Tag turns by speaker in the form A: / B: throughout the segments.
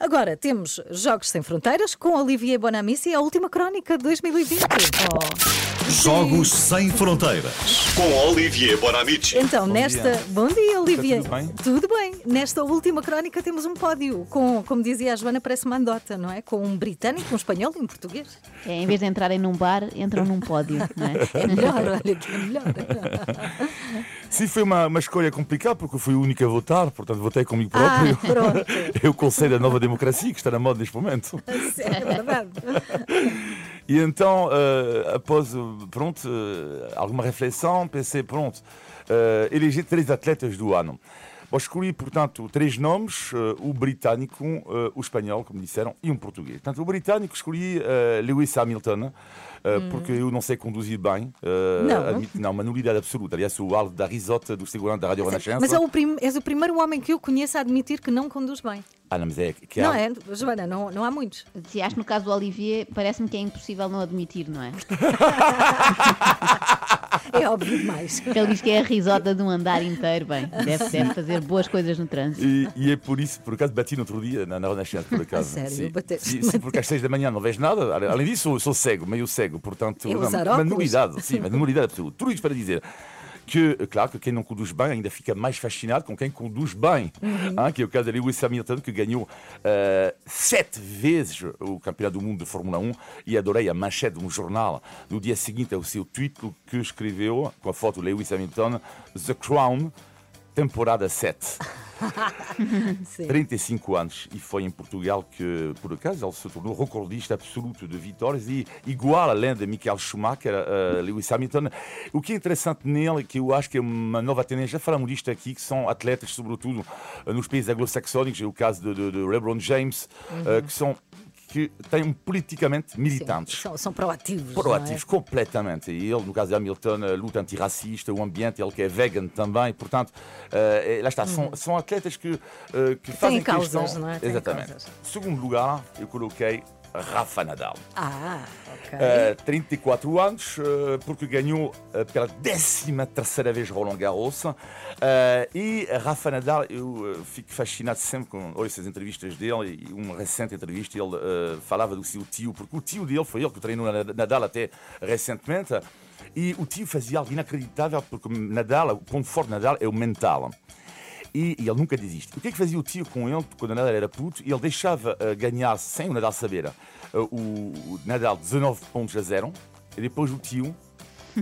A: Agora temos Jogos Sem Fronteiras com Olivier Bonamici e a última crónica de 2020. Oh.
B: Jogos Sem Fronteiras.
C: Com Olivier Bonamici.
A: Então, nesta. Bom dia, Olivier.
D: tudo bem?
A: Tudo bem. Nesta última crónica temos um pódio com, como dizia a Joana, parece uma andota, não é? Com um britânico, um espanhol e um português.
E: É, em vez de entrarem num bar, entram num pódio, não
A: É
E: é?
A: melhor, olha que é melhor.
D: Sim, foi uma, uma escolha complicada porque eu fui o único a votar, portanto votei comigo
A: Ah,
D: próprio.
A: pronto.
D: Eu conselho da nova democracia que está na moda neste momento.
A: Isso é verdade.
D: E então, eh, após eh, pronto, eh, alguma reflexão, pensei, pronto, eh, elegi três atletas do ano. Bom, escolhi, portanto, três nomes, eh, o britânico, eh, o espanhol, como disseram, e um português. Portanto, o britânico escolhi eh, Lewis Hamilton, eh, porque eu não sei conduzir bem. eh,
A: Hum. Não.
D: admito- não, uma nulidade absoluta. Aliás, sou o alvo da risota do segurança da Rádio Renascença.
A: Mas é o prim- és o primeiro homem que eu conheço a admitir que não conduz bem.
D: Ah, não, mas é que
A: Não
D: há-
A: é, Joana? Não, não há muitos.
E: Se acho no caso do Olivier, parece-me que é impossível não admitir, não é?
A: É óbvio demais.
E: Ele diz que é a risota de um andar inteiro, bem, deve, deve fazer boas coisas no trânsito.
D: E, e é por isso, por acaso, bati no outro dia na, na Renascença, por acaso.
A: Ah, sério?
D: Sim.
A: Bateste?
D: Sim, sim, porque às seis da manhã não vejo nada. Ale- Além disso, eu sou cego, meio cego, portanto.
A: E
D: não,
A: usar
D: uma
A: óculos?
D: nulidade, sim, uma nulidade absoluta. Tudo isto para dizer. Que, é claro, que quem não conduz bem ainda fica mais fascinado com quem conduz bem.
A: Uhum.
D: Hein, que é o caso da Lewis Hamilton, que ganhou eh, sete vezes o Campeonato do Mundo de Fórmula 1 e adorei a manchete de um jornal no dia seguinte ao seu tweet que escreveu, com a foto de Lewis Hamilton, The Crown, temporada 7.
A: Sim.
D: 35 anos e foi em Portugal que, por acaso, ele se tornou recordista absoluto de vitórias e igual além de Michael Schumacher, a Lewis Hamilton. O que é interessante nele, que eu acho que é uma nova tendência, já falamos disto aqui, que são atletas, sobretudo eh, nos países anglo-saxónicos, é o caso de, de- de LeBron James, eh, que são que têm politicamente militantes.
A: São, são proativos. não é?
D: Proativos, completamente. E ele, no caso de Hamilton, eh, luta antirracista, o ambiente, ele que é vegan também, portanto, eh, eh, lá está, são, são atletas que, eh, que fazem
A: Hum. causas,
D: questão.
A: não é? Têm
D: Exatamente.
A: causas.
D: Segundo lugar, eu coloquei Rafa Nadal.
A: Ah, ok.
D: Eh, 34 anos, eh, porque ganhou eh, pela décima terceira vez Roland Garros. Eh, e Rafa Nadal, eu eh, fico fascinado sempre com ouço as entrevistas dele. E uma recente entrevista, ele eh, falava do seu tio, porque o tio dele foi ele que treinou Nad- Nadal até recentemente. E o tio fazia algo inacreditável, porque Nadal, o ponto forte de Nadal é o mental e, e ele nunca desiste. O que é que fazia o tio com ele quando o Nadal era puto? Ele deixava eh, ganhar sem o Nadal saber eh, o, o Nadal 19 pontos a zero e depois o tio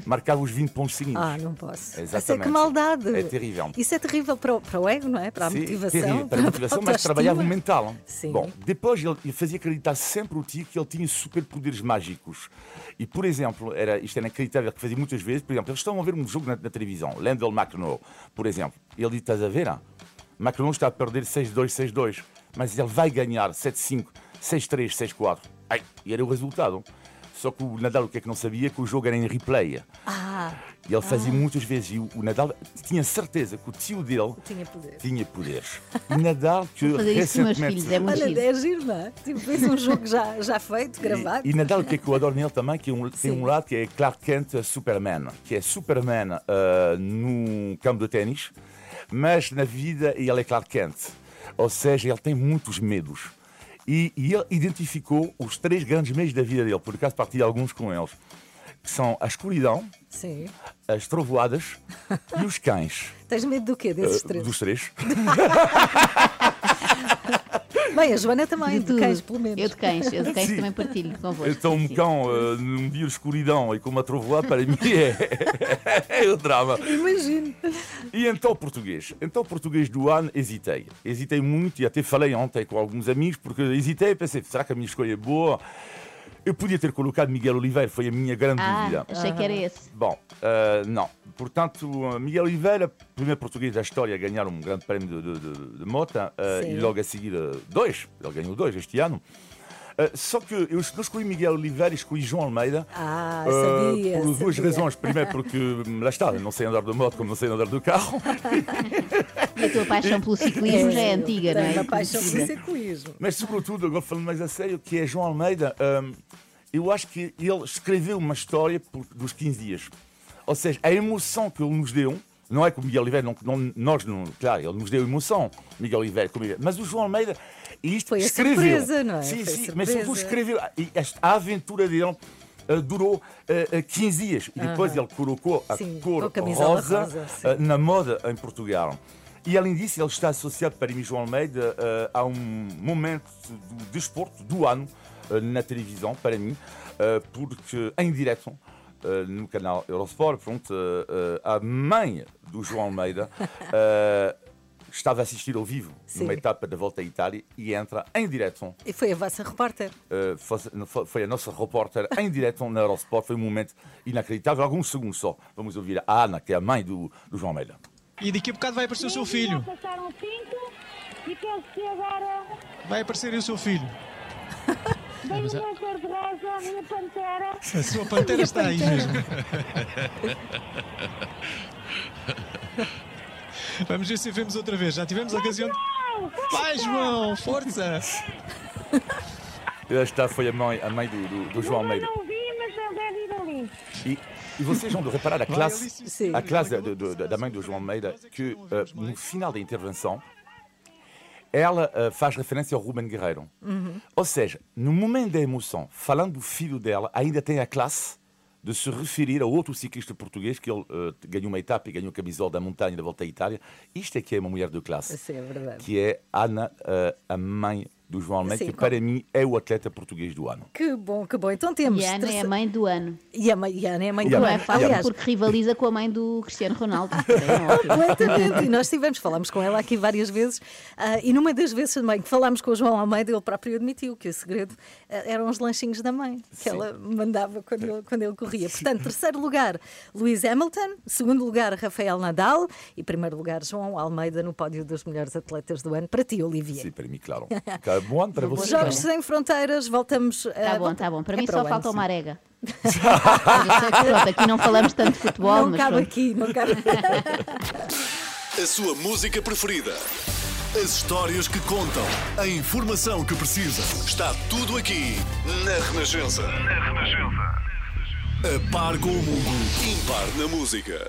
D: marcava os 20 pontos seguintes.
A: Ah, não posso.
D: Exatamente.
A: Isso é que maldade.
D: É terrível.
A: Isso é terrível para o, para o ego, não é? Para a
D: Sim,
A: motivação.
D: terrível, para a motivação, mas
A: autoestima.
D: trabalhava o mental.
A: Sim.
D: Bom, depois ele, ele fazia acreditar sempre o tio que ele tinha superpoderes mágicos. E, por exemplo, era, isto é inacreditável que fazia muitas vezes, por exemplo, eles estavam a ver um jogo na, na televisão, Landon McEnroe, por exemplo. Ele diz: Estás a ver? ah? McEnroe está a perder 6-2, 6-2, mas ele vai ganhar 7-5, 6-3, 6-4. Ai, E era o resultado. Só que o Nadal, o que é que não sabia? Que o jogo era em replay.
A: Ah,
D: E ele fazia muitas vezes. E o o Nadal tinha certeza que o tio dele
A: tinha poder.
D: tinha poderes. E Nadal que
E: Vou fazer isso com meus
D: recentemente.
E: filhos, é muito
A: Olha,
E: giro.
A: é giro, não é? Tipo, fez um jogo já, já feito, gravado.
D: E, e Nadal, o que é que eu adoro nele também, que é um- tem
A: Sim.
D: um lado que é Clark Kent eh, Superman, que é Superman eh, no campo de ténis, mas na vida ele é Clark Kent. Ou seja, ele tem muitos medos. E, e ele identificou os três grandes medos da vida dele, por acaso partilho alguns com eles, que são a escuridão,
A: Sim.
D: as trovoadas e os cães.
A: Tens medo do quê desses
D: Eh,
A: três?
D: dos três.
A: Bem, a Joana também, de,
E: tudo.
A: cães, pelo menos.
E: Eu de cães, eu de cães
D: Sim.
E: também partilho convosco.
D: Então, um
E: sim.
D: cão eh, num dia de escuridão e com uma trovoada, para mim é, é o drama.
A: Imagino.
D: E então, português. Então, português do ano, hesitei. Hesitei muito e até falei ontem com alguns amigos, porque hesitei pensei, será que a minha escolha é boa? Eu podia ter colocado Miguel Oliveira, foi a minha grande
E: Ah,
D: dúvida.
E: achei que era esse.
D: Bom, eh, não. Portanto, eh, Miguel Oliveira, primeiro português da história a ganhar um grande prémio de, de, de- de moto, eh,
A: Sim.
D: e logo a seguir eh, dois. Ele ganhou dois este ano. Eh, só que eu não escolhi Miguel Oliveira, escolhi João Almeida.
A: Ah,
D: eh,
A: sabia.
D: por duas
A: sabia.
D: razões. Primeiro, porque hum, lá está, não sei andar de moto como não sei andar do carro.
E: E a tua paixão pelo ciclismo já é antiga, não
A: Tem
E: é?
A: uma paixão pelo
E: Sim.
A: ciclismo.
D: Mas, sobretudo, agora falando mais a sério, que é João Almeida, hum, eu acho que ele escreveu uma história por- dos 15 dias. Ou seja, a emoção que ele nos deu, não é que o Miguel Oliveira, não, não- nós não, claro, ele nos deu emoção, Miguel Oliveira, como ele- mas o João Almeida, E isto
A: Foi a
D: escreveu.
A: surpresa, não é? Foi
D: Sim,
A: a
D: sim, mas sobretudo
A: surpresa.
D: escreveu. ah, E esta- a aventura dele eh, durou eh, eh, 15 dias e depois ele colocou a
A: Sim, com a
D: cor
A: camisola
D: rosa,
A: rosa, sim.
D: eh, na moda em Portugal. E além disso, ele está associado para mim, João Almeida, eh, a um momento do desporto do ano eh, na televisão, para mim, eh, porque em direto eh, no canal Eurosport, pronto, eh, eh, a mãe do João Almeida eh, estava a assistir ao vivo
A: Sim.
D: numa etapa da volta à Itália e entra em direto
A: E foi a vossa repórter.
D: eh, faz- não, fo- foi a nossa repórter em direto na Eurosport. Foi um momento inacreditável. Alguns segundos só. Vamos ouvir a Ana, que é a mãe do, do João Almeida.
F: E daqui a bocado vai aparecer o seu filho.
G: passaram cinco e penso que agora
F: Vai aparecer aí o seu filho.
D: é-
G: vem a minha cor-de-rosa, a minha pantera.
F: A sua pantera está aí mesmo. Vamos ver se vemos outra vez. Já tivemos a ocasião de. Vai, João! Força!
D: Esta foi a mãe, a mãe do, do- do João
G: Eu
D: Almeida.
G: não vi, mas ele deve ir ali.
D: E, e vocês vão de reparar a
F: Vai, Alice.
D: classe,
A: Sim.
D: a classe do- do- da mãe do João Almeida que, eh, no final da intervenção, ela eh, faz referência ao Ruben Guerreiro.
A: Mm-hmm.
D: Ou seja, no momento da emoção, falando do filho dela, ainda tem a classe de se referir a outro ciclista português que ele eh, ganhou uma etapa e ganhou o camisola da montanha da volta à Itália. Isto é que é uma mulher de classe.
A: Isso é verdade.
D: Que é Ana, eh, a mãe do João Almeida,
A: Sim,
D: que
A: com-
D: para mim é o atleta português do ano.
A: Que bom, que bom. Então temos.
E: E a Ana é a
A: terce-
E: mãe do ano.
A: E a mãe- e a Ana é a mãe
D: E a
A: do
E: Não
D: mãe-
E: é
A: ano.
E: fácil
A: Aliás,
E: porque rivaliza com a mãe do Cristiano Ronaldo. É ótimo.
A: Completamente, e nós tivemos, falámos com ela aqui várias vezes, ah, e numa das vezes também que falámos com o João Almeida, ele próprio admitiu que o segredo ah, eram os lanchinhos da mãe, que
D: Sim.
A: ela mandava quando ele, quando ele corria. Portanto, terceiro lugar, Lewis Hamilton, segundo lugar, Rafael Nadal, e primeiro lugar, João Almeida no pódio dos melhores atletas do ano. Para ti, Olivier.
D: Sim, para mim, claro. Cara, Bom ano para
E: Uma boa
D: vocês.
A: Jogos Sem Fronteiras, voltamos. ah,
E: Tá bom, tá bom. Para mim só falta
A: É o
E: o
A: mar.
E: Marega. Pronto, aqui não falamos tanto de futebol,
A: Não
E: mas
A: cabe
E: pronto.
A: aqui, não cabe
B: A sua música preferida. As histórias que contam. A informação que precisa. Está tudo aqui na Renascença. Na Renascença. A par com o mundo. Impar na música.